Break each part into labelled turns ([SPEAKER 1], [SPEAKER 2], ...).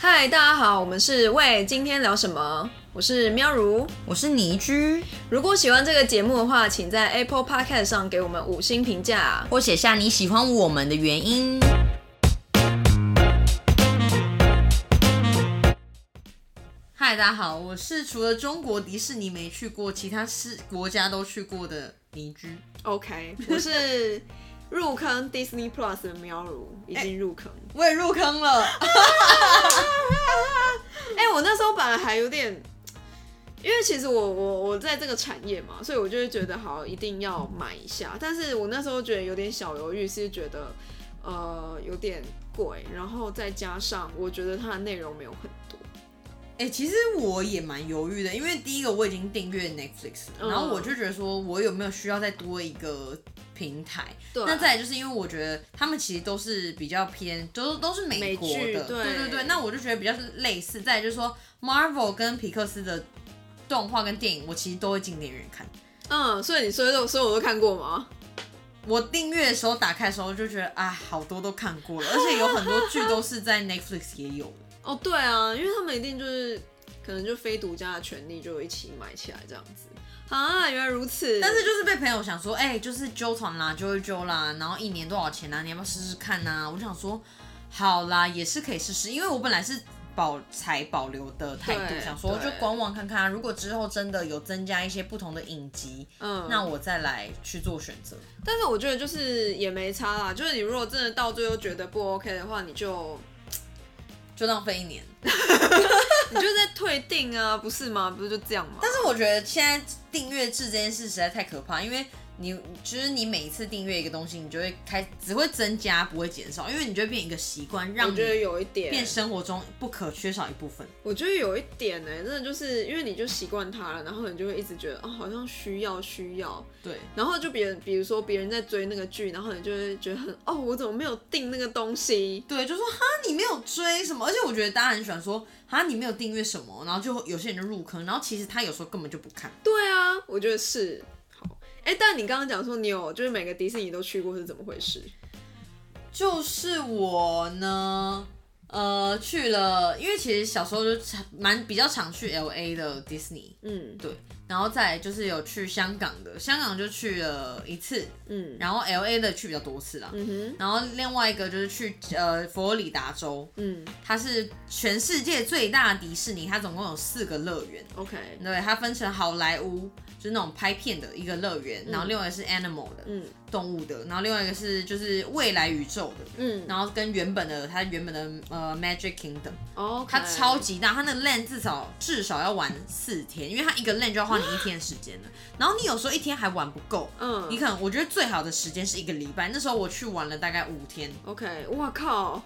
[SPEAKER 1] 嗨，大家好，我们是喂，今天聊什么？我是喵如。
[SPEAKER 2] 我是倪居，
[SPEAKER 1] 如果喜欢这个节目的话，请在 Apple Podcast 上给我们五星评价。
[SPEAKER 2] 或写下你喜欢我们的原因。嗨，大家好，我是除了中国迪士尼没去过，其他是国家都去过的倪居。
[SPEAKER 1] OK，我是入坑 Disney Plus 的喵如，已经入坑。
[SPEAKER 2] 我也入坑了，
[SPEAKER 1] 哎、我那时候本来还有点，因为其实我我我在这个产业嘛，所以我就会觉得好一定要买一下。但是我那时候觉得有点小犹豫，是觉得呃有点贵，然后再加上我觉得它的内容没有很多。
[SPEAKER 2] 哎、其实我也蛮犹豫的，因为第一个我已经订阅 Netflix，了
[SPEAKER 1] 嗯
[SPEAKER 2] 然后我就觉得说，我有没有需要再多一个平台？
[SPEAKER 1] 对
[SPEAKER 2] 那再来就是因为我觉得他们其实都是比较偏，都都是美国
[SPEAKER 1] 美剧
[SPEAKER 2] 的，
[SPEAKER 1] 对
[SPEAKER 2] 对对对。那我就觉得比较是类似。再来就是说，Marvel 跟皮克斯的动画跟电影，我其实都会进电影院看。
[SPEAKER 1] 嗯，所以你说的，所以我都看过吗？
[SPEAKER 2] 我订阅的时候打开的时候就觉得啊，好多都看过了，而且有很多剧都是在 Netflix 也有的。
[SPEAKER 1] 哦，对啊，因为他们一定就是可能就非独家的权利就一起买起来这样子啊，原来如此。
[SPEAKER 2] 但是就是被朋友想说，哎、就是揪团啦，揪一揪啦，然后一年多少钱啊？你要不要试试看啊？我就想说，好啦，也是可以试试，因为我本来是保才保留的态
[SPEAKER 1] 对
[SPEAKER 2] 度，想说
[SPEAKER 1] 对
[SPEAKER 2] 就观望看看啊、如果之后真的有增加一些不同的影集，
[SPEAKER 1] 嗯
[SPEAKER 2] 那我再来去做选择。
[SPEAKER 1] 但是我觉得就是也没差啦，就是你如果真的到最后觉得不 OK 的话，你就
[SPEAKER 2] 就浪费一年，
[SPEAKER 1] 你就在退订啊，不是吗？不是就这样吗？
[SPEAKER 2] 但是我觉得现在订阅制这件事实在太可怕，因为你就是你每一次订阅一个东西，你就会开只会增加，不会减少，因为你就会变一个习惯，让
[SPEAKER 1] 我觉得
[SPEAKER 2] 你
[SPEAKER 1] 有一点
[SPEAKER 2] 变生活中不可缺少一部分。
[SPEAKER 1] 我觉得有一点欸呢、真的就是因为你就习惯它了，然后你就会一直觉得哦，好像需要需要，
[SPEAKER 2] 对，
[SPEAKER 1] 然后就别人比如说别人在追那个剧，然后你就会觉得很哦，我怎么没有订那个东西？
[SPEAKER 2] 对，就说哈你没有追什么，而且我觉得大家很喜欢说哈你没有订阅什么，然后就有些人就入坑，然后其实他有时候根本就不看。
[SPEAKER 1] 对啊，我觉得是。好，哎、但你刚刚讲说你有就是每个迪士尼都去过是怎么回事？
[SPEAKER 2] 就是我呢，呃，去了，因为其实小时候就常蛮比较常去 L A 的 Disney，
[SPEAKER 1] 嗯
[SPEAKER 2] 对，然后再来就是有去香港的，香港就去了一次，
[SPEAKER 1] 嗯
[SPEAKER 2] 然后 L A 的去比较多次啦。
[SPEAKER 1] 嗯哼
[SPEAKER 2] 然后另外一个就是去呃佛罗里达州，
[SPEAKER 1] 嗯
[SPEAKER 2] 它是全世界最大的迪士尼，它总共有四个乐园，
[SPEAKER 1] ，OK，
[SPEAKER 2] 对，它分成好莱坞，就是那种拍片的一个乐园，然后另外一个是 animal 的、
[SPEAKER 1] 嗯
[SPEAKER 2] 动物的，然后另外一个是就是未来宇宙的，
[SPEAKER 1] 嗯
[SPEAKER 2] 然后跟原本的它原本的呃 Magic Kingdom，
[SPEAKER 1] ，OK，
[SPEAKER 2] 它超级大，它那个 land 至少至少要玩四天，因为它一个 land 就要花你一天时间了，然后你有时候一天还玩不够，
[SPEAKER 1] 嗯，
[SPEAKER 2] 你可能我觉得最好的时间是一个礼拜，那时候我去玩了大概五天，
[SPEAKER 1] OK，哇靠，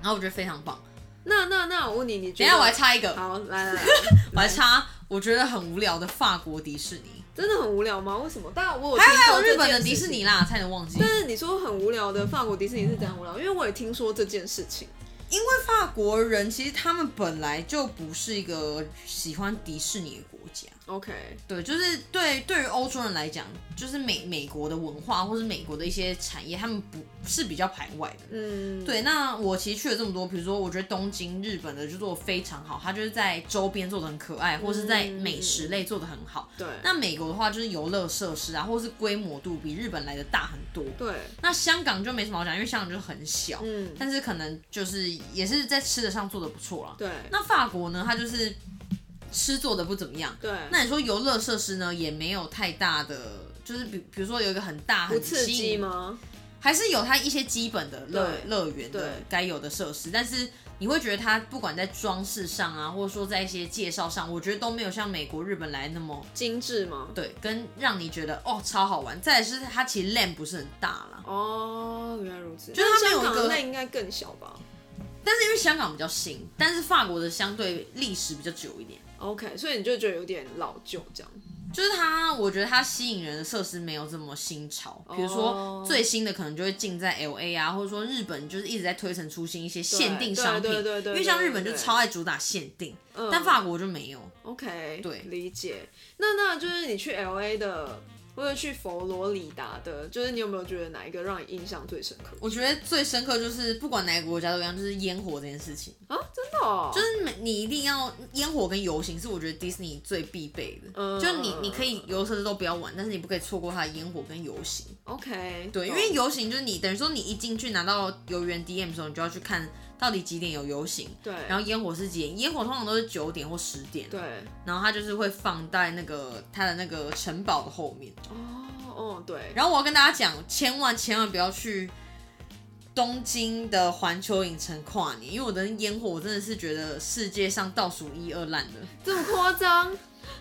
[SPEAKER 2] 然后我觉得非常棒。
[SPEAKER 1] 那那那我问你，你觉得
[SPEAKER 2] 等一下我还差一个，
[SPEAKER 1] 好来来来，
[SPEAKER 2] 我还差我觉得很无聊的法国迪士尼，
[SPEAKER 1] 真的很无聊吗？为什么？但我有
[SPEAKER 2] 还有啊
[SPEAKER 1] 听
[SPEAKER 2] 还
[SPEAKER 1] 说
[SPEAKER 2] 有
[SPEAKER 1] 这
[SPEAKER 2] 日本的
[SPEAKER 1] 件
[SPEAKER 2] 迪
[SPEAKER 1] 事
[SPEAKER 2] 士
[SPEAKER 1] 情
[SPEAKER 2] 尼，啦，差点忘记。
[SPEAKER 1] 但是你说很无聊的法国迪士尼是怎样无聊？因为我也听说这件事情。
[SPEAKER 2] 因为法国人其实他们本来就不是一个喜欢迪士尼的国家，
[SPEAKER 1] OK，
[SPEAKER 2] 对，就是对对于欧洲人来讲，就是美美国的文化或是美国的一些产业，他们不是比较排外的。
[SPEAKER 1] 嗯，
[SPEAKER 2] 对，那我其实去了这么多，比如说我觉得东京日本的就做的非常好，它就是在周边做的很可爱，或是在美食类做的很好。
[SPEAKER 1] 对
[SPEAKER 2] 那美国的话就是游乐设施啊，或是规模度比日本来的大很多。
[SPEAKER 1] 对，
[SPEAKER 2] 那香港就没什么好讲，因为香港就很小，
[SPEAKER 1] 嗯
[SPEAKER 2] 但是可能就是也是在吃的上做的不错啦。
[SPEAKER 1] 对
[SPEAKER 2] 那法国呢，它就是吃做的不怎么样。
[SPEAKER 1] 对，
[SPEAKER 2] 那你说游乐设施呢，也没有太大的，就是比比如说有一个很大
[SPEAKER 1] 不
[SPEAKER 2] 很
[SPEAKER 1] 刺
[SPEAKER 2] 吸
[SPEAKER 1] 激
[SPEAKER 2] 引，
[SPEAKER 1] 吗？
[SPEAKER 2] 还是有它一些基本的乐
[SPEAKER 1] 对
[SPEAKER 2] 乐园
[SPEAKER 1] 对
[SPEAKER 2] 的该有的设施，但是你会觉得它不管在装饰上啊，或者说在一些介绍上，我觉得都没有像美国、日本来那么
[SPEAKER 1] 精致吗？
[SPEAKER 2] 对，跟让你觉得哦超好玩。再来是它其实 land 不是很大啦，
[SPEAKER 1] 哦，原来如此。
[SPEAKER 2] 就是他
[SPEAKER 1] 那香
[SPEAKER 2] 们有一
[SPEAKER 1] 港的
[SPEAKER 2] 个
[SPEAKER 1] 那应该更小吧
[SPEAKER 2] 但是因为香港比较新，但是法国的相对历史比较久一点。
[SPEAKER 1] ？OK，所以你就觉得有点老旧这样。
[SPEAKER 2] 就是它，我觉得它吸引人的设施没有这么新潮，比如
[SPEAKER 1] 哦
[SPEAKER 2] 说最新的可能就会进在 L A 啊，或者说日本就是一直在推陈出新一些限定商品，
[SPEAKER 1] 对对对对
[SPEAKER 2] 因为像日本就
[SPEAKER 1] 对
[SPEAKER 2] 超爱主打限定，
[SPEAKER 1] 嗯
[SPEAKER 2] 但法国就没有。
[SPEAKER 1] OK，
[SPEAKER 2] 对
[SPEAKER 1] 理解。那那就是你去 L A 的，或者去佛罗里达的，就是你有没有觉得哪一个让你印象最深刻？
[SPEAKER 2] 我觉得最深刻就是不管哪个国家都一样，就是烟火这件事情。
[SPEAKER 1] 啊，真的哦，
[SPEAKER 2] 就是是每你一定要烟火跟游行是我觉得迪士尼最必备的，
[SPEAKER 1] 嗯
[SPEAKER 2] 就你你可以游乐设施都不要玩，但是你不可以错过它的烟火跟游行。
[SPEAKER 1] 嗯 OK，
[SPEAKER 2] 对，因
[SPEAKER 1] 懂
[SPEAKER 2] 为游行就是你等于说你一进去拿到游园 DM 的时候，你就要去看到底几点有游行，
[SPEAKER 1] 对，
[SPEAKER 2] 然后烟火是几点？烟火通常都是九点或十点，
[SPEAKER 1] 对，
[SPEAKER 2] 然后它就是会放在那个它的那个城堡的后面。
[SPEAKER 1] 哦哦对，
[SPEAKER 2] 然后我要跟大家讲，千万千万不要去东京的环球影城跨年，因为我的烟火我真的是觉得世界上倒数一二烂的。
[SPEAKER 1] 这么夸张，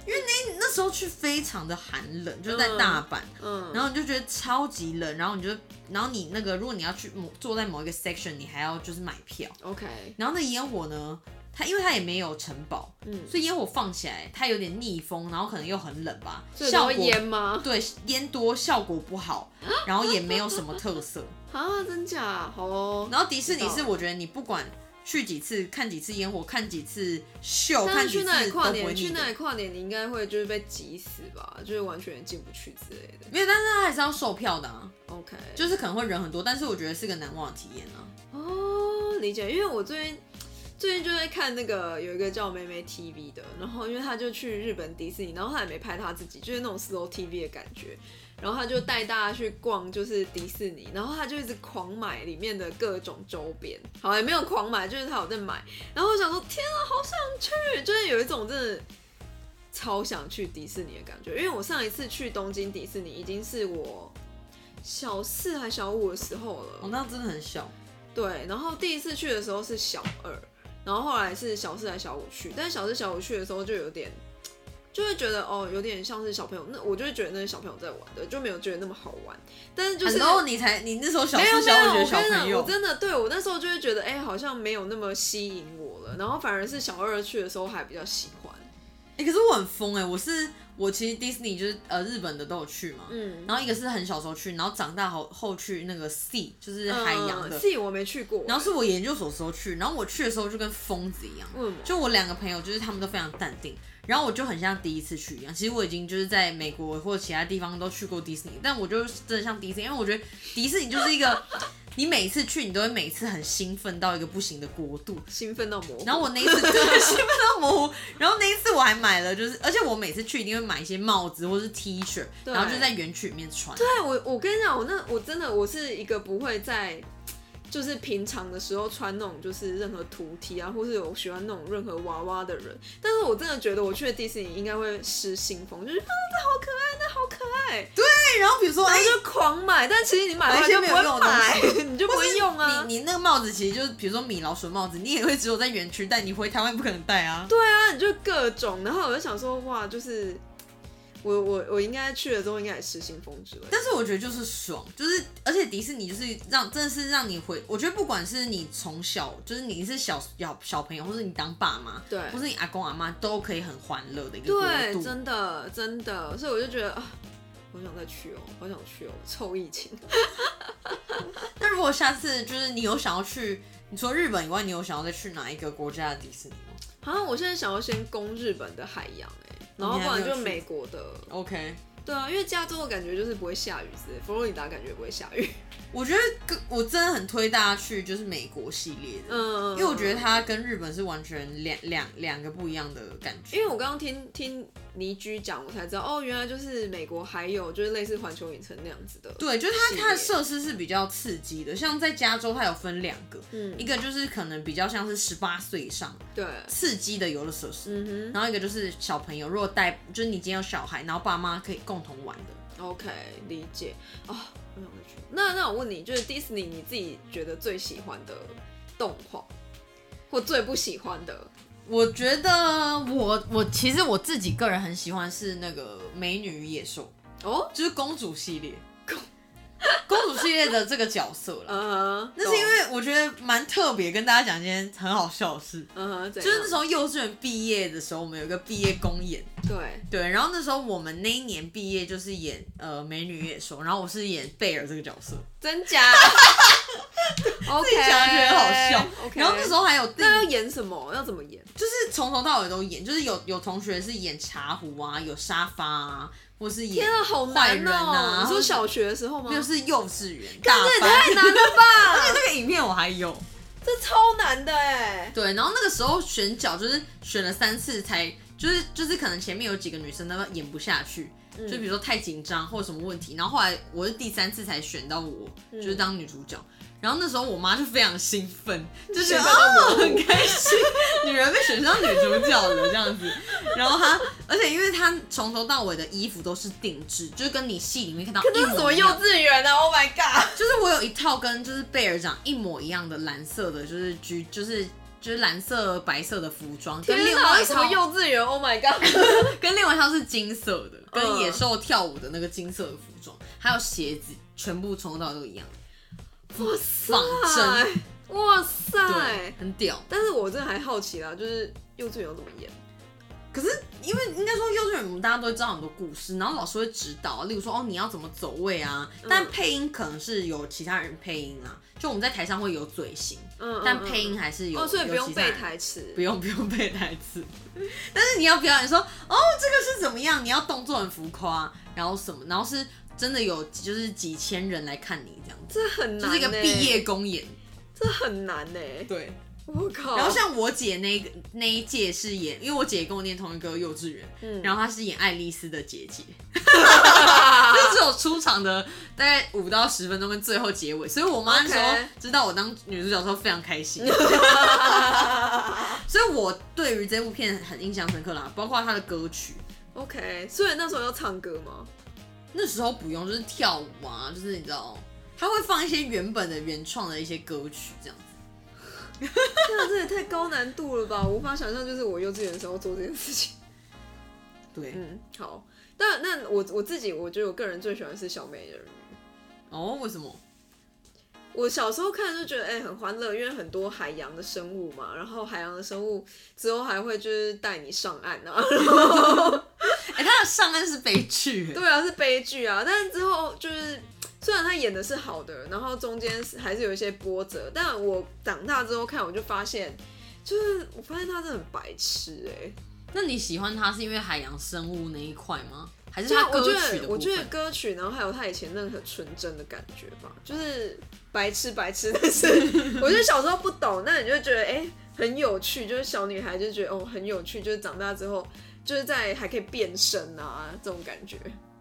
[SPEAKER 2] 那时候去非常的寒冷，就是在大阪，
[SPEAKER 1] 嗯，
[SPEAKER 2] 然后你就觉得超级冷，然后你就，然后你那个如果你要去某坐在某一个 section，你还要就是买票，
[SPEAKER 1] OK，
[SPEAKER 2] 然后那烟火呢，它因为它也没有城堡，
[SPEAKER 1] 嗯，
[SPEAKER 2] 所以烟火放起来它有点逆风，然后可能又很冷吧，
[SPEAKER 1] 所以
[SPEAKER 2] 效
[SPEAKER 1] 都
[SPEAKER 2] 果
[SPEAKER 1] 会淹吗？
[SPEAKER 2] 对烟多效果不好，然后也没有什么特色。
[SPEAKER 1] 啊，真假？好哦，
[SPEAKER 2] 然后迪士尼是我觉得你不管去几次，看几次烟火，看几次秀，
[SPEAKER 1] 但
[SPEAKER 2] 看
[SPEAKER 1] 是
[SPEAKER 2] 几
[SPEAKER 1] 去
[SPEAKER 2] 次
[SPEAKER 1] 那里
[SPEAKER 2] 都不
[SPEAKER 1] 跨
[SPEAKER 2] 会腻的。
[SPEAKER 1] 年，去那里跨年，你应该会就是被挤死吧？就是完全进不去之类的。
[SPEAKER 2] 没有，但是它还是要售票的啊，
[SPEAKER 1] OK，
[SPEAKER 2] 就是可能会人很多，但是我觉得是个难忘的体验啊。
[SPEAKER 1] 哦，理解。因为我最近最近就在看那个有一个叫梅梅 TV 的，然后因为他就去日本迪士尼，然后他也没拍他自己，就是那种 slow TV 的感觉。然后他就带大家去逛，就是迪士尼，然后他就一直狂买里面的各种周边，好也没有狂买，就是他有在买。然后我想说，天啊，好想去，就是有一种真的超想去迪士尼的感觉。因为我上一次去东京迪士尼已经是我小四还小五的时候了，
[SPEAKER 2] 哦，那真的很小，
[SPEAKER 1] 对，然后第一次去的时候是小二，然后后来是小四还小五去，但是小四小五去的时候就有点，就会觉得哦，有点像是小朋友，那我就会觉得那是小朋友在玩的，就没有觉得那么好玩。但是就是
[SPEAKER 2] 然后你才你那时候小
[SPEAKER 1] 没有
[SPEAKER 2] 四
[SPEAKER 1] 没
[SPEAKER 2] 小
[SPEAKER 1] 有，
[SPEAKER 2] 五觉
[SPEAKER 1] 我
[SPEAKER 2] 得小
[SPEAKER 1] 跟你讲，
[SPEAKER 2] 朋
[SPEAKER 1] 我
[SPEAKER 2] 友，
[SPEAKER 1] 真的对我那时候就会觉得，哎、好像没有那么吸引我了，然后反而是小二去的时候还比较喜欢。
[SPEAKER 2] 哎、可是我很疯哎、我是我其实迪士尼就是呃日本的都有去嘛，
[SPEAKER 1] 嗯，
[SPEAKER 2] 然后一个是很小时候去，然后长大后后去那个 sea 就是
[SPEAKER 1] 嗯
[SPEAKER 2] 海洋的，
[SPEAKER 1] 自己我没去过，
[SPEAKER 2] 然后是我研究所时候去，然后我去的时候就跟疯子一样，
[SPEAKER 1] 为什么？
[SPEAKER 2] 就我两个朋友，就是他们都非常淡定，然后我就很像第一次去一样。其实我已经就是在美国或者其他地方都去过迪士尼，但我就真的像迪士尼，因为我觉得迪士尼就是一个， 你每次去你都会每次很兴奋到一个不行的国度。
[SPEAKER 1] 兴奋到模糊。
[SPEAKER 2] 然后我那一次对兴奋到模糊，然后那一次我还买了，就是而且我每次去一定会买一些帽子或是 T 恤，
[SPEAKER 1] 对
[SPEAKER 2] 然后就在园区里面穿。
[SPEAKER 1] 对我，我跟你讲，我那我真的我是一个不会在，就是平常的时候穿那种就是任何图 T 啊，或是有喜欢那种任何娃娃的人。但是我真的觉得我去了迪士尼应该会失心疯，就是啊，这好可爱，那好可爱，
[SPEAKER 2] 对，然后比如说哎
[SPEAKER 1] 然后。就狂买。但其实你买回来就不
[SPEAKER 2] 买一些没有用
[SPEAKER 1] 会
[SPEAKER 2] 的东
[SPEAKER 1] 买
[SPEAKER 2] 西，
[SPEAKER 1] 你就不会用啊。
[SPEAKER 2] 你你那个帽子其实就是，比如说米老鼠帽子，你也会只有在园区戴，你回台湾不可能戴啊。
[SPEAKER 1] 对啊，你就各种。然后我就想说，哇，就是我我我应该去了之后应该也失心疯之类的。
[SPEAKER 2] 但是我觉得就是爽，就是而且迪士尼就是让真的是让你回，我觉得不管是你从小就是你是小小小朋友，或是你当爸妈，
[SPEAKER 1] 对
[SPEAKER 2] 或是你阿公阿妈都可以很欢乐的一个国
[SPEAKER 1] 对，
[SPEAKER 2] 度。
[SPEAKER 1] 真的真的，所以我就觉得啊，好想再去哦，好想去哦，臭疫情。
[SPEAKER 2] 那如果下次就是你有想要去，你除了日本以外，你有想要再去哪一个国家的迪士尼吗
[SPEAKER 1] 啊，我现在想要先攻日本的海洋、哎，然后
[SPEAKER 2] 你
[SPEAKER 1] 不
[SPEAKER 2] 还没
[SPEAKER 1] 然
[SPEAKER 2] 有
[SPEAKER 1] 就
[SPEAKER 2] 去
[SPEAKER 1] 美国的，
[SPEAKER 2] ？OK，
[SPEAKER 1] 对啊，因为加州我感觉就是不会下雨之类，佛罗里达感觉也不会下雨，
[SPEAKER 2] 我觉得跟我真的很推大家去就是美国系列的，
[SPEAKER 1] 嗯，
[SPEAKER 2] 因为我觉得，它跟日本是完全两两两个不一样的感觉。
[SPEAKER 1] 因为我刚刚听听倪居讲，我才知道哦，原来就是美国还有就是类似环球影城那样子的，
[SPEAKER 2] 对，就是它
[SPEAKER 1] 系
[SPEAKER 2] 它的
[SPEAKER 1] 列
[SPEAKER 2] 设施是比较刺激的，像在加州它有分两个，
[SPEAKER 1] 嗯
[SPEAKER 2] 一个就是可能比较像是十八岁以上
[SPEAKER 1] 对，
[SPEAKER 2] 刺激的游乐设施，
[SPEAKER 1] 嗯
[SPEAKER 2] 然后一个就是小朋友如果带，就是你今天有小孩，然后爸妈可以共同玩的。
[SPEAKER 1] 哼，OK，理解啊、我想再去。那那我问你，就是迪士尼你自己觉得最喜欢的动画，或最不喜欢的，
[SPEAKER 2] 我觉得我我其实我自己个人很喜欢是那个美女与野兽，
[SPEAKER 1] 哦，
[SPEAKER 2] 就是公主系列， 公公主系列的这个角色啦。
[SPEAKER 1] 嗯哼，
[SPEAKER 2] 那是因
[SPEAKER 1] 懂，
[SPEAKER 2] 为我觉得蛮特别，跟大家讲一件很好笑的事，
[SPEAKER 1] 嗯哼，就
[SPEAKER 2] 就是那时候幼稚园毕业的时候，我们有一个毕业公演，
[SPEAKER 1] 对，
[SPEAKER 2] 对，然后那时候我们那一年毕业就是演呃美女与野兽，然后我是演贝尔这个角色，
[SPEAKER 1] 真假？OK，
[SPEAKER 2] 自己讲觉得好笑。
[SPEAKER 1] OK，
[SPEAKER 2] 然后那时候还有定，
[SPEAKER 1] 那要演什么？要怎么演？
[SPEAKER 2] 就是从头到尾都演，就是有有同学是演茶壶啊，有沙发啊，或是演
[SPEAKER 1] 天啊，好
[SPEAKER 2] 坏
[SPEAKER 1] 难
[SPEAKER 2] 人
[SPEAKER 1] 哦、
[SPEAKER 2] 啊，
[SPEAKER 1] 你说小学的时候吗？
[SPEAKER 2] 就是幼稚园
[SPEAKER 1] 干
[SPEAKER 2] 大
[SPEAKER 1] 这也
[SPEAKER 2] 班，
[SPEAKER 1] 太难了吧！
[SPEAKER 2] 那个影片我还有，
[SPEAKER 1] 这超难的哎、
[SPEAKER 2] 对，然后那个时候选角就是选了三次才，就是就是可能前面有几个女生都演不下去，
[SPEAKER 1] 嗯
[SPEAKER 2] 就比如说太紧张或者什么问题，然后后来我是第三次才选到我，
[SPEAKER 1] 嗯
[SPEAKER 2] 就是当女主角。然后那时候我妈就非常兴奋，就觉
[SPEAKER 1] 选
[SPEAKER 2] 得
[SPEAKER 1] 到我
[SPEAKER 2] 哦很开心，女儿被选上女主角了这样子。然后她，而且因为她从头到尾的衣服都是定制，就是跟你戏里面看到
[SPEAKER 1] 可
[SPEAKER 2] 一
[SPEAKER 1] 这是什
[SPEAKER 2] 模
[SPEAKER 1] 么
[SPEAKER 2] 一
[SPEAKER 1] 幼
[SPEAKER 2] 样。
[SPEAKER 1] 稚园啊？Oh my god！
[SPEAKER 2] 就是我有一套跟就是贝尔长一模一样的蓝色的，就是橘，就是就是蓝色白色的服装，跟
[SPEAKER 1] 天
[SPEAKER 2] 另
[SPEAKER 1] 哪，
[SPEAKER 2] 外
[SPEAKER 1] 为
[SPEAKER 2] 一
[SPEAKER 1] 什么
[SPEAKER 2] 套
[SPEAKER 1] 幼稚园？Oh my god！
[SPEAKER 2] 跟另外一套是金色的，跟
[SPEAKER 1] 嗯
[SPEAKER 2] 野兽跳舞的那个金色的服装，还有鞋子，全部从头到尾都一样，
[SPEAKER 1] 哇塞
[SPEAKER 2] 仿真，
[SPEAKER 1] 哇塞
[SPEAKER 2] 对，！很屌。
[SPEAKER 1] 但是我真的还好奇啦，就是幼稚园要怎么演？
[SPEAKER 2] 可是因为应该说幼稚园，我们大家都会知道很多故事，然后老师会指导，例如说哦你要怎么走位啊，
[SPEAKER 1] 嗯
[SPEAKER 2] 但配音可能是有其他人配音啊，就我们在台上会有嘴型，
[SPEAKER 1] 嗯，
[SPEAKER 2] 但
[SPEAKER 1] 嗯
[SPEAKER 2] 配音还是有，
[SPEAKER 1] 哦，所以不
[SPEAKER 2] 有
[SPEAKER 1] 用
[SPEAKER 2] 其他人
[SPEAKER 1] 背台词
[SPEAKER 2] 不。用不用背台词， 但是你要表演说哦这个是怎么样，你要动作很浮夸，然后什么，然后是真的有就是几千人来看你这样子，
[SPEAKER 1] 这很
[SPEAKER 2] 就
[SPEAKER 1] 难、欸，
[SPEAKER 2] 是一个毕，业公演。
[SPEAKER 1] 这很难呢、
[SPEAKER 2] 对，
[SPEAKER 1] 我靠！
[SPEAKER 2] 然后像我姐那个那一届是演，因为我姐跟我念同一个幼稚园，
[SPEAKER 1] 嗯
[SPEAKER 2] 然后她是演爱丽丝的姐 姐，就只有出场的大概五到十分钟跟最后结尾，所以我妈那时候
[SPEAKER 1] OK
[SPEAKER 2] 知道我当女主角的时候非常开心。 所以我对于这部片很印象深刻啦，包括它的歌曲。
[SPEAKER 1] OK，所以那时候要唱歌吗？
[SPEAKER 2] 那时候不用，就是跳舞啊，就是你知道，他会放一些原本的原创的一些歌曲这样子。
[SPEAKER 1] 天啊，这也太高难度了吧！我无法想象，就是我幼稚园的时候做这件事情。
[SPEAKER 2] 对，
[SPEAKER 1] 嗯，好。那那我我自己，我觉得我个人最喜欢的是小美人鱼。
[SPEAKER 2] 哦，为什么？
[SPEAKER 1] 我小时候看就觉得哎、很欢乐，因为很多海洋的生物嘛，然后海洋的生物之后还会就是带你上岸啊，
[SPEAKER 2] 哎、他的上岸是悲 剧、欸，
[SPEAKER 1] 对啊，是悲剧啊。但是之后就是，虽然他演的是好的，然后中间是还是有一些波折，但我长大之后看，我就发现，就是我发现他真的很白痴哎、
[SPEAKER 2] 那你喜欢他是因为海洋生物那一块吗？还是
[SPEAKER 1] 就是
[SPEAKER 2] 他
[SPEAKER 1] 我
[SPEAKER 2] 歌
[SPEAKER 1] 觉
[SPEAKER 2] 曲的
[SPEAKER 1] 得，
[SPEAKER 2] 部
[SPEAKER 1] 我觉得
[SPEAKER 2] 分？
[SPEAKER 1] 歌曲，然后还有他以前那个很纯真的感觉吧，就是白痴白痴，但是 我觉得小时候不懂，那你就觉得哎、很有趣，就是小女孩就觉得哦很有趣，就是长大之后就是在还可以变身啊这种感觉。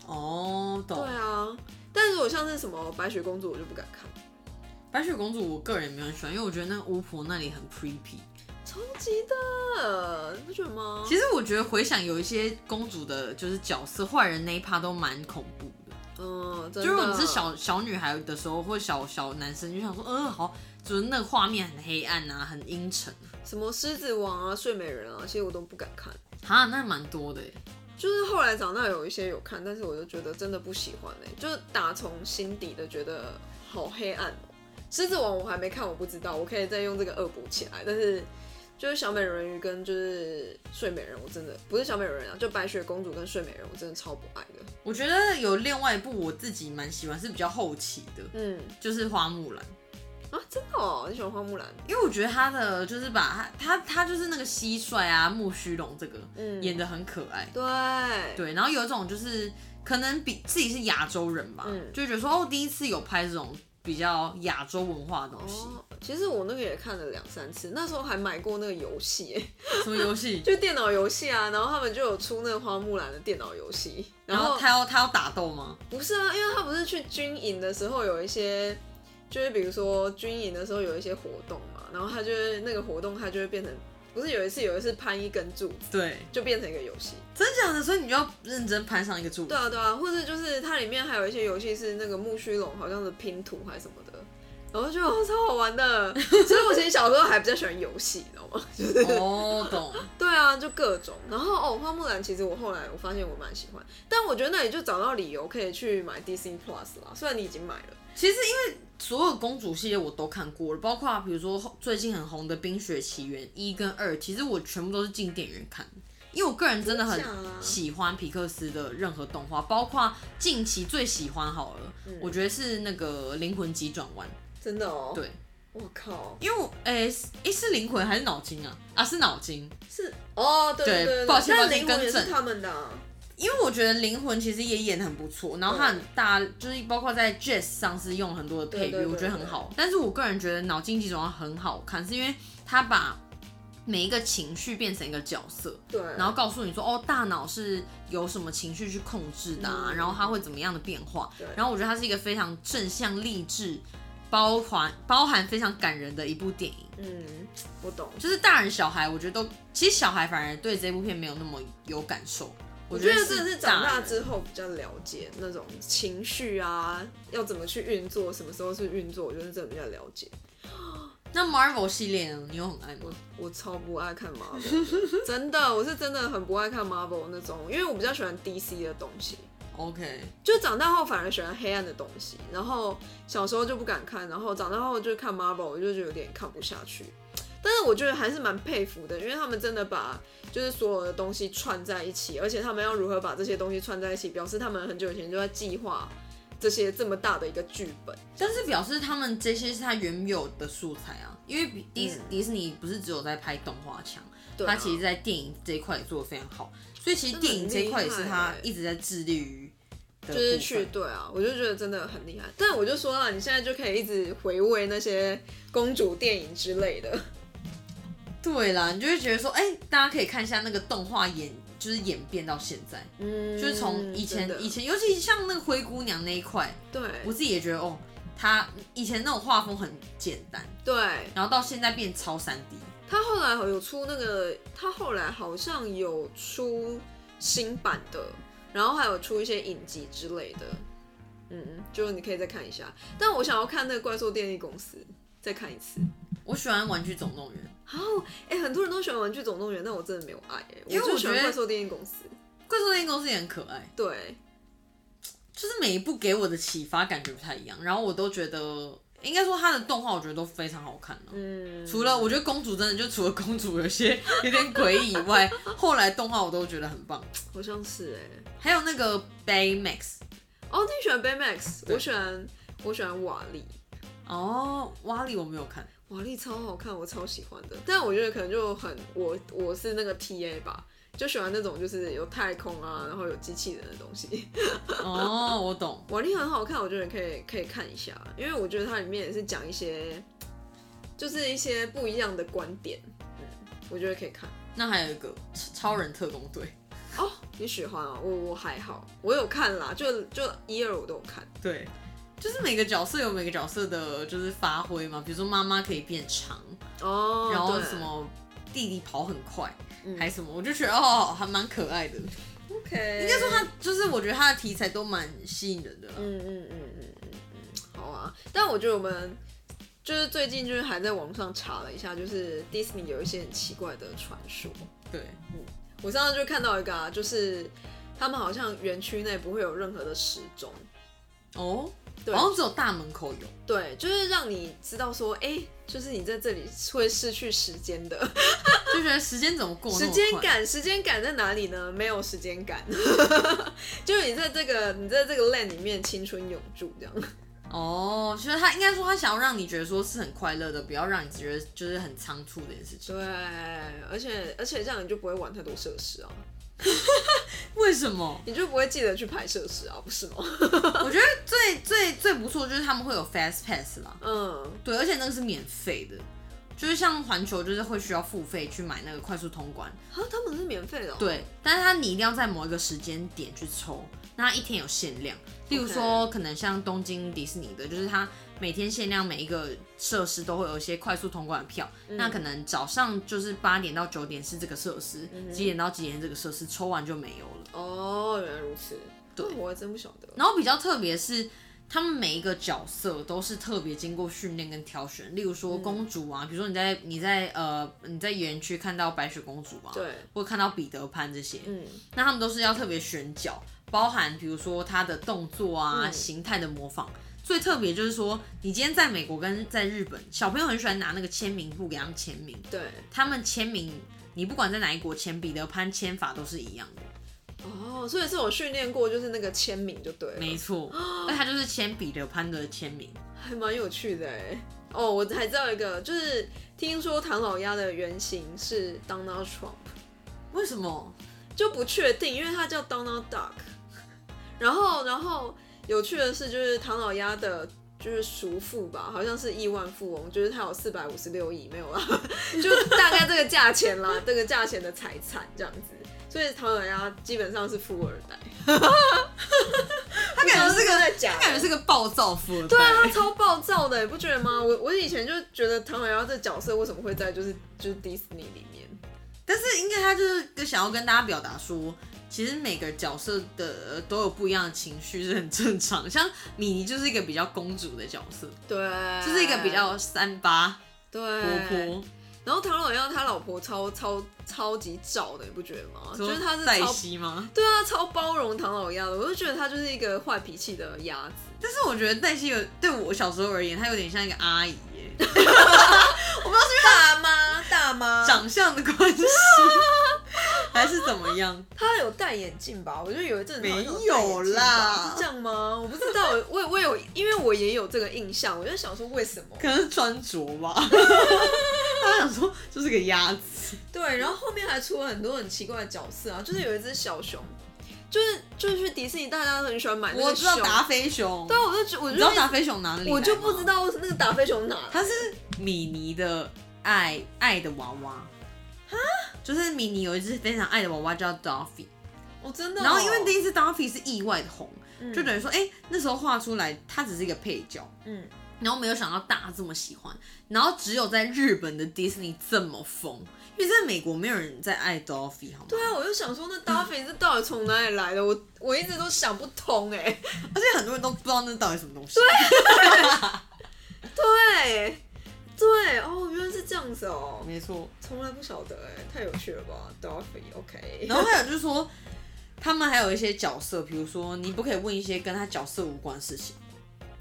[SPEAKER 2] 哦，
[SPEAKER 1] 对
[SPEAKER 2] 懂。
[SPEAKER 1] 啊，但如果像是什么白雪公主，我就不敢看，
[SPEAKER 2] 白雪公主我个人没有很喜欢，因为我觉得那个巫婆那里很 creepy。
[SPEAKER 1] 超级的，你不觉得吗？
[SPEAKER 2] 其实我觉得回想有一些公主的，就是角色坏人那一趴都蛮恐怖的。
[SPEAKER 1] 嗯，真
[SPEAKER 2] 就
[SPEAKER 1] 的
[SPEAKER 2] 是我们是小小女孩的时候，或小小男生就想说，嗯、好，就是那个画面很黑暗啊，很阴沉
[SPEAKER 1] 什么狮子王啊、睡美人啊，其实我都不敢看。
[SPEAKER 2] 啊，那蛮多的耶。
[SPEAKER 1] 就是后来长大有一些有看，但是我就觉得真的不喜欢哎、就是打从心底的觉得好黑暗哦、狮子王我还没看，我不知道，我可以再用这个恶补起来。但是就是小美人鱼跟就是睡美人，我真的不是小美人啊，就白雪公主跟睡美人，我真的超不爱的。
[SPEAKER 2] 我觉得有另外一部我自己蛮喜欢，是比较后期的，
[SPEAKER 1] 嗯
[SPEAKER 2] 就是花木兰，
[SPEAKER 1] 啊，真的哦，你喜欢花木兰？
[SPEAKER 2] 因为我觉得他的就是把他他他就是那个蟋蟀啊、木须龙这个、
[SPEAKER 1] 嗯，
[SPEAKER 2] 演的很可爱，
[SPEAKER 1] 对
[SPEAKER 2] 对，然后有一种就是可能比自己是亚洲人吧，
[SPEAKER 1] 嗯
[SPEAKER 2] 就会觉得说哦，第一次有拍这种比较亚洲文化的东西，
[SPEAKER 1] 哦，其实我那个也看了两三次，那时候还买过那个游戏、欸
[SPEAKER 2] 什么游戏，
[SPEAKER 1] 就电脑游戏啊，然后他们就有出那个花木兰的电脑游戏，
[SPEAKER 2] 然后他要他要打斗吗？
[SPEAKER 1] 不是啊，因为他不是去军营的时候有一些，就是比如说军营的时候有一些活动嘛，然后他就是那个活动，他就会变成，不是有一次有一次攀一根柱子，
[SPEAKER 2] 对，
[SPEAKER 1] 就变成一个游戏。
[SPEAKER 2] 真假的，所以你就要认真攀上一个柱子
[SPEAKER 1] 对。啊对啊，或者就是它里面还有一些游戏是那个木须龙好像是拼图还是什么的，然后就哦超好玩的。 所以我其实小时候还比较喜欢游戏，你知道吗？
[SPEAKER 2] 哦，懂。
[SPEAKER 1] 对啊，就各种。然后哦，花木兰其实我后来我发现我蛮喜欢，但我觉得那你就找到理由可以去买 DC Plus 啦，虽然你已经买了。
[SPEAKER 2] 其实因为所有公主系列我都看过了，包括比如说最近很红的《冰雪奇缘》一跟二，其实我全部都是进电影院看的。因为我个人真的很
[SPEAKER 1] 真假啊
[SPEAKER 2] 喜欢皮克斯的任何动画，包括近期最喜欢好了，我觉得是那个《灵魂急转弯》。
[SPEAKER 1] 真的哦，
[SPEAKER 2] 对，
[SPEAKER 1] 我靠，
[SPEAKER 2] 因为我诶诶、是灵魂还是脑筋啊？啊是脑筋，
[SPEAKER 1] 是哦，对
[SPEAKER 2] 对
[SPEAKER 1] 对对，
[SPEAKER 2] 抱歉
[SPEAKER 1] 但
[SPEAKER 2] 抱歉
[SPEAKER 1] 灵魂也是
[SPEAKER 2] 更正
[SPEAKER 1] 他们的啊、
[SPEAKER 2] 因为我觉得《灵魂》其实也演得很不错，然后它很大，就是包括在 Jazz 上是用了很多的
[SPEAKER 1] 对
[SPEAKER 2] 配乐，
[SPEAKER 1] 对对
[SPEAKER 2] 我觉得很好。但是我个人觉得《脑筋急转弯》很好看，是因为它把每一个情绪变成一个角色，
[SPEAKER 1] 对，啊
[SPEAKER 2] 然后告诉你说，哦，大脑是有什么情绪去控制的、啊，
[SPEAKER 1] 嗯
[SPEAKER 2] 然后它会怎么样的变化
[SPEAKER 1] 对。
[SPEAKER 2] 然后我觉得它是一个非常正向励志，包含包含非常感人的一部电影。
[SPEAKER 1] 嗯，我懂。
[SPEAKER 2] 就是大人小孩，我觉得都其实小孩反而对这部片没有那么有感受。
[SPEAKER 1] 我
[SPEAKER 2] 我
[SPEAKER 1] 觉
[SPEAKER 2] 觉
[SPEAKER 1] 得
[SPEAKER 2] 得
[SPEAKER 1] 真的是
[SPEAKER 2] 大
[SPEAKER 1] 长大
[SPEAKER 2] 人
[SPEAKER 1] 之后比较了解那种情绪啊，要怎么去运作，什么时候是运作，我觉得真的比较了解。
[SPEAKER 2] 那 Marvel 系列呢？你有很爱吗
[SPEAKER 1] 我？我超不爱看 Marvel，的 真的，我是真的很不爱看 Marvel 那种，因为我比较喜欢 DC 的东西。
[SPEAKER 2] OK，
[SPEAKER 1] 就长大后反而喜欢黑暗的东西，然后小时候就不敢看，然后长大后就看 Marvel，我就觉得有点看不下去。但是我觉得还是蛮佩服的，因为他们真的把就是所有的东西串在一起，而且他们要如何把这些东西串在一起，表示他们很久以前就在计划这些这么大的一个剧本。
[SPEAKER 2] 但是表示他们这些是他原有的素材啊，因为比迪、
[SPEAKER 1] 嗯
[SPEAKER 2] 迪士尼不是只有在拍动画强，
[SPEAKER 1] 对、啊，
[SPEAKER 2] 他其实在电影这一块也做的非常好，所以其实
[SPEAKER 1] 真的
[SPEAKER 2] 电
[SPEAKER 1] 很
[SPEAKER 2] 影这一块也
[SPEAKER 1] 厉
[SPEAKER 2] 是
[SPEAKER 1] 害
[SPEAKER 2] 他
[SPEAKER 1] 欸
[SPEAKER 2] 一直在致力于的部分。
[SPEAKER 1] 就是去对啊，我就觉得真的很厉害。但我就说了，你现在就可以一直回味那些公主电影之类的。
[SPEAKER 2] 对啦，你就会觉得说，哎、大家可以看一下那个动画演，就是演变到现在，
[SPEAKER 1] 嗯，
[SPEAKER 2] 就是从以前
[SPEAKER 1] 真的
[SPEAKER 2] 以前，尤其像那个灰姑娘那一块，
[SPEAKER 1] 对
[SPEAKER 2] 我自己也觉得哦，他以前那种画风很简单，
[SPEAKER 1] 对，
[SPEAKER 2] 然后到现在变超三 D。
[SPEAKER 1] 他后来有出那个，他后来好像有出新版的，然后还有出一些影集之类的。嗯，就是你可以再看一下。但我想要看那个《怪兽电力公司》，再看一次。
[SPEAKER 2] 我喜欢《玩具总动员》，
[SPEAKER 1] 好，哎、很多人都喜欢《玩具总动员》，但我真的没有爱、哎
[SPEAKER 2] 因为
[SPEAKER 1] 我就
[SPEAKER 2] 我
[SPEAKER 1] 喜
[SPEAKER 2] 觉
[SPEAKER 1] 欢
[SPEAKER 2] 得
[SPEAKER 1] 《怪兽电力公司》。
[SPEAKER 2] 《怪兽电影公司》也很可爱，
[SPEAKER 1] 对，
[SPEAKER 2] 就是每一部给我的启发感觉不太一样，然后我都觉得，应该说它的动画我觉得都非常好看、啊
[SPEAKER 1] 嗯，
[SPEAKER 2] 除了我觉得公主真的就除了公主 有些有点诡异以外，后来动画我都觉得很棒。
[SPEAKER 1] 好像是哎、
[SPEAKER 2] 还有那个 Baymax，
[SPEAKER 1] 哦，你喜欢 Baymax，
[SPEAKER 2] 对
[SPEAKER 1] 我喜欢，我喜欢瓦力，
[SPEAKER 2] 哦，瓦力我没有看，
[SPEAKER 1] 瓦力超好看，我超喜欢的。但我觉得可能就很我我是那个 TA 吧，就喜欢那种就是有太空啊，然后有机器人的东西。
[SPEAKER 2] 哦，我懂，
[SPEAKER 1] 瓦力很好看，我觉得可以可以看一下，因为我觉得它里面也是讲一些，就是一些不一样的观点。嗯，我觉得可以看。
[SPEAKER 2] 那还有一个超人特工队，
[SPEAKER 1] 哦，你喜欢啊？我我还好，我有看啦，就就一二我都有看。
[SPEAKER 2] 对，就是每个角色有每个角色的就是发挥嘛，比如说妈妈可以变长，
[SPEAKER 1] 哦，
[SPEAKER 2] 然后
[SPEAKER 1] 对
[SPEAKER 2] 什么弟弟跑很快，
[SPEAKER 1] 嗯
[SPEAKER 2] 还什么，我就觉得哦，还蛮可爱的。
[SPEAKER 1] ？OK，
[SPEAKER 2] 应该说他就是我觉得他的题材都蛮吸引人的啦。
[SPEAKER 1] 嗯嗯嗯嗯嗯嗯，好啊。但我觉得我们就是最近就是还在网上查了一下，就是 Disney 有一些很奇怪的传说。
[SPEAKER 2] 对，
[SPEAKER 1] 我上次就看到一个、啊，就是他们好像园区内不会有任何的时钟，
[SPEAKER 2] 哦，
[SPEAKER 1] 对
[SPEAKER 2] 好像只有大门口有。
[SPEAKER 1] 对，就是让你知道说，哎、就是你在这里会失去时间的，
[SPEAKER 2] 就觉得时间怎么过那么
[SPEAKER 1] 时间
[SPEAKER 2] 快
[SPEAKER 1] 感，时间感在哪里呢？没有时间感， 就是你在这个你在这个 land 里面青春永驻这样。
[SPEAKER 2] 哦，就是他应该说他想要让你觉得说是很快乐的，不要让你觉得就是很仓促这件事情。
[SPEAKER 1] 对，而且而且这样你就不会玩太多设施啊。？
[SPEAKER 2] 为什么
[SPEAKER 1] 你就不会记得去排设施啊，不是吗？
[SPEAKER 2] 我觉得最最最不错就是他们会有 fast pass 啦，
[SPEAKER 1] 嗯，
[SPEAKER 2] 对，而且那个是免费的，就是像环球就是会需要付费去买那个快速通关，
[SPEAKER 1] 啊，他们是免费的、哦。，
[SPEAKER 2] 对，但是它你一定要在某一个时间点去抽，那它一天有限量。例如说，可能像东京迪士尼的，就是它每天限量每一个设施都会有一些快速通关的票。那可能早上就是八点到九点是这个设施，几点到几点这个设施，抽完就没有了。
[SPEAKER 1] 哦，原来如此。
[SPEAKER 2] 对
[SPEAKER 1] 哦我还真不晓得。
[SPEAKER 2] 然后比较特别是，他们每一个角色都是特别经过训练跟挑选。例如说公主啊，比如说你在你在呃你在园区看到白雪公主啊，
[SPEAKER 1] 对，
[SPEAKER 2] 或看到彼得潘这些，
[SPEAKER 1] 嗯，
[SPEAKER 2] 那他们都是要特别选角，包含比如说他的动作啊、
[SPEAKER 1] 嗯
[SPEAKER 2] 形态的模仿。最特别就是说，你今天在美国跟在日本，小朋友很喜欢拿那个签名簿给他们签名，
[SPEAKER 1] 对。
[SPEAKER 2] 他们签名，你不管在哪一国签，彼得潘签法都是一样的，
[SPEAKER 1] 哦，所以是我训练过，就是那个签名就对了，
[SPEAKER 2] 没 错，那他就是签彼得潘的签名。
[SPEAKER 1] 还蛮有趣的哎。哦，我还知道一个，就是听说唐老鸭的原型是 Donald Trump，
[SPEAKER 2] 为什么？
[SPEAKER 1] 就不确定，因为它叫 Donald Duck。然后，然后有趣的是，就是唐老鸭的，就是叔父吧，好像是亿万富翁，就是他有四百五十六亿，没有啦， 就大概这个价钱 啦，这个价钱的财产这样子。所以唐老鸭基本上是富二代，
[SPEAKER 2] 他感
[SPEAKER 1] 我
[SPEAKER 2] 觉是 个
[SPEAKER 1] 不知道真的假的
[SPEAKER 2] 他感觉是个暴躁富二代。
[SPEAKER 1] 对啊，他超暴躁的，你欸不觉得吗？我我以前就觉得唐老鸭这角色为什么会在就是就是 Disney 里面，
[SPEAKER 2] 但是应该他就是想要跟大家表达说，其实每个角色的呃都有不一样的情绪是很正常。像米妮就是一个比较公主的角色，
[SPEAKER 1] 对，
[SPEAKER 2] 就是一个比较三八
[SPEAKER 1] 对
[SPEAKER 2] 活泼，
[SPEAKER 1] 然后唐老鸭他老婆超超超级照的，你不觉得吗？就是他是
[SPEAKER 2] 黛
[SPEAKER 1] 超
[SPEAKER 2] 西吗？
[SPEAKER 1] 对啊，超包容唐老鸭的，我就觉得他就是一个坏脾气的鸭 子。
[SPEAKER 2] 但是我觉得黛西有对我小时候而言，她有点像一个阿姨耶，我不知道是
[SPEAKER 1] 大妈，大妈
[SPEAKER 2] 不是长相的 关系，还是怎么样？
[SPEAKER 1] 他有戴眼镜吧？我就有一阵子好像
[SPEAKER 2] 没有啦
[SPEAKER 1] 戴眼镜吧是这样吗？我不知道，我我我有，因为我也有这个印象，我就想说为什么？
[SPEAKER 2] 可能是穿着 吧。他想说就是个鸭子，
[SPEAKER 1] 对，然后后面还出了很多很奇怪的角色啊，就是有一只小熊，就是就是去迪士尼，大家都很喜欢买那
[SPEAKER 2] 我
[SPEAKER 1] 个
[SPEAKER 2] 知
[SPEAKER 1] 熊。
[SPEAKER 2] 道达菲熊，
[SPEAKER 1] 对啊，我就觉我
[SPEAKER 2] 你
[SPEAKER 1] 就
[SPEAKER 2] 知道达菲熊哪里？
[SPEAKER 1] 我就不知，道那个达菲熊哪来
[SPEAKER 2] 它是米妮的爱爱的娃娃啊，就是米妮有一只非常爱的娃娃叫 Duffy，
[SPEAKER 1] 哦，真的哦、
[SPEAKER 2] 然后因为第一只 Duffy 是意外的红，
[SPEAKER 1] 嗯
[SPEAKER 2] 就等于说，哎、那时候画出来它只是一个配角，
[SPEAKER 1] 嗯，
[SPEAKER 2] 然后没有想到大家这么喜欢，然后只有在日本的 Disney 这么疯，因为在美国没有人在爱 Duffy 好吗？
[SPEAKER 1] 对啊，我就想说那达菲是到底从哪里来的？我我一直都想不通哎、
[SPEAKER 2] 而且很多人都不知道那到底什么东西。对，
[SPEAKER 1] 对对哦，原来是这样子哦，
[SPEAKER 2] 没错。
[SPEAKER 1] 从来不晓得哎、太有趣了吧，Duffy OK，
[SPEAKER 2] 然后还有就是说，他们还有一些角色，比如说你不可以问一些跟他角色无关的事情。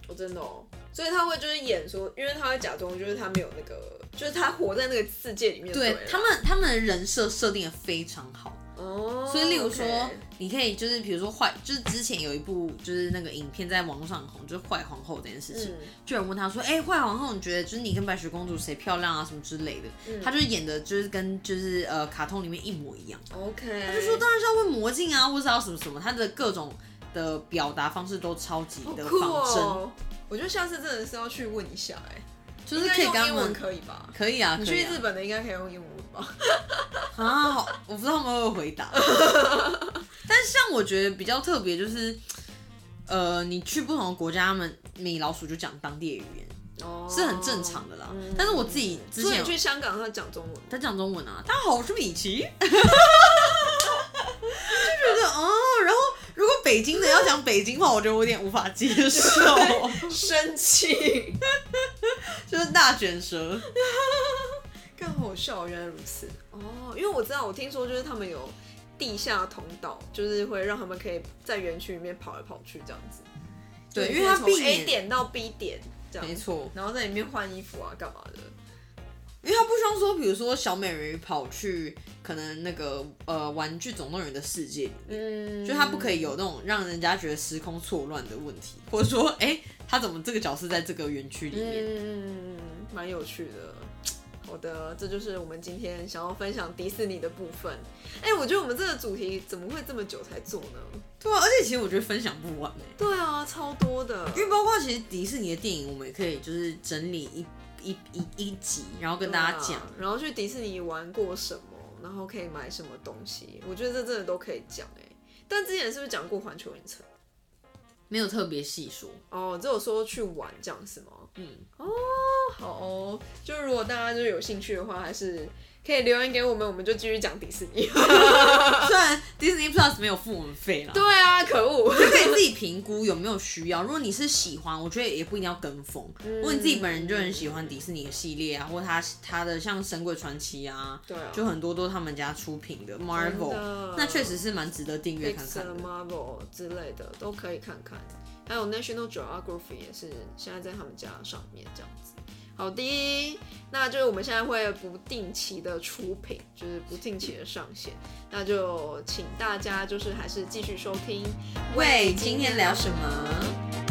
[SPEAKER 1] 我真的哦，所以他会就是演说，因为他会假装就是他没有那个，就是他活在那个世界里面对
[SPEAKER 2] 对
[SPEAKER 1] 了
[SPEAKER 2] 他们，他们的人设设定的非常好。
[SPEAKER 1] 哦，
[SPEAKER 2] 所以，例如说
[SPEAKER 1] OK
[SPEAKER 2] 你可以就是比如说坏，就是之前有一部就是那个影片在网上红，就是坏皇后这件事情，
[SPEAKER 1] 嗯
[SPEAKER 2] 就有人问他说，哎、坏皇后，你觉得就是你跟白雪公主谁漂亮啊，什么之类的？
[SPEAKER 1] 嗯
[SPEAKER 2] 他就是演的就是跟就是呃卡通里面一模一样。
[SPEAKER 1] 嗯 OK，他
[SPEAKER 2] 就说当然是要问魔镜啊，或是要什么什么，他的各种的表达方式都超级
[SPEAKER 1] 好
[SPEAKER 2] 的
[SPEAKER 1] 酷
[SPEAKER 2] 仿真，
[SPEAKER 1] 哦，我觉得下次真的是要去问一下哎、
[SPEAKER 2] 就
[SPEAKER 1] 应
[SPEAKER 2] 是
[SPEAKER 1] 该
[SPEAKER 2] 可以
[SPEAKER 1] 用
[SPEAKER 2] 跟他
[SPEAKER 1] 英文
[SPEAKER 2] 们
[SPEAKER 1] 可以吧？
[SPEAKER 2] 可以啊，
[SPEAKER 1] 你
[SPEAKER 2] 可以
[SPEAKER 1] 去
[SPEAKER 2] 啊
[SPEAKER 1] 日本的应该可以用英文吧？
[SPEAKER 2] 啊，好，我不知道他们会不会回 答，但是像我觉得比较特别就是，呃，你去不同的国家，他们米老鼠就讲当地的语言
[SPEAKER 1] 哦，
[SPEAKER 2] 是很正常的啦。
[SPEAKER 1] 嗯
[SPEAKER 2] 但是我自己之
[SPEAKER 1] 所以
[SPEAKER 2] 前
[SPEAKER 1] 你
[SPEAKER 2] 有
[SPEAKER 1] 去香港，他讲中文吗。
[SPEAKER 2] 他讲中文啊，大家好，我是米 奇，就觉得哦，然后如果北京的要讲北京话，我觉得我有点无法接受，
[SPEAKER 1] 生气，
[SPEAKER 2] 就是大卷舌。
[SPEAKER 1] 更好笑，原来如此。哦，因为我知道，我听说就是他们有地下通道，就是会让他们可以在园区里面跑来跑去这样子。就
[SPEAKER 2] 对，因
[SPEAKER 1] 是
[SPEAKER 2] 为它
[SPEAKER 1] 从 A
[SPEAKER 2] 避免，
[SPEAKER 1] 点到 B 点这样，
[SPEAKER 2] 没错，
[SPEAKER 1] 然后在里面换衣服啊，干嘛的？
[SPEAKER 2] 因为它不希望说，比如说小美人鱼跑去可能那个呃玩具总动员的世界里面。
[SPEAKER 1] 嗯，
[SPEAKER 2] 就它不可以有那种让人家觉得时空错乱的问题，或者说，哎、他怎么这个角色在这个园区里面？
[SPEAKER 1] 嗯，蛮有趣的。好的，这就是我们今天想要分享迪士尼的部分。哎、我觉得我们这个主题怎么会这么久才做呢？
[SPEAKER 2] 对啊，而且其实我觉得分享不完哎、
[SPEAKER 1] 对啊，超多的。
[SPEAKER 2] 因为包括其实迪士尼的电影，我们也可以就是整理一一一一集，然后跟大家
[SPEAKER 1] 对
[SPEAKER 2] 讲
[SPEAKER 1] 啊。然后去迪士尼玩过什么，然后可以买什么东西，我觉得这真的都可以讲哎、但之前是不是讲过环球影城？
[SPEAKER 2] 没有特别细说。
[SPEAKER 1] 哦，只有说去玩这样是吗？
[SPEAKER 2] 嗯，
[SPEAKER 1] 哦好哦，就如果大家就是有兴趣的话，还是可以留言给我们，我们就继续讲迪士 尼。
[SPEAKER 2] 虽然 Disney Plus 没有付我们费啦，
[SPEAKER 1] 对啊，可恶。
[SPEAKER 2] 就可以自己评估有没有需要。如果你是喜欢，我觉得也不一定要跟风。如果你自己本人就很喜欢迪士尼的系列啊，或他他的像《神鬼传奇》啊，
[SPEAKER 1] 对啊
[SPEAKER 2] 就很多都他们家出品的
[SPEAKER 1] 真
[SPEAKER 2] Marvel，
[SPEAKER 1] 的
[SPEAKER 2] 那确实是蛮值得订阅看看
[SPEAKER 1] Pixar、
[SPEAKER 2] 的。
[SPEAKER 1] Marvel 之类的都可以看看，还有 National Geography 也是现在在他们家上面这样子。好的，那就是我们现在会不定期的出品，就是不定期的上线，那就请大家就是还是继续收听。
[SPEAKER 2] 喂，今天聊什么？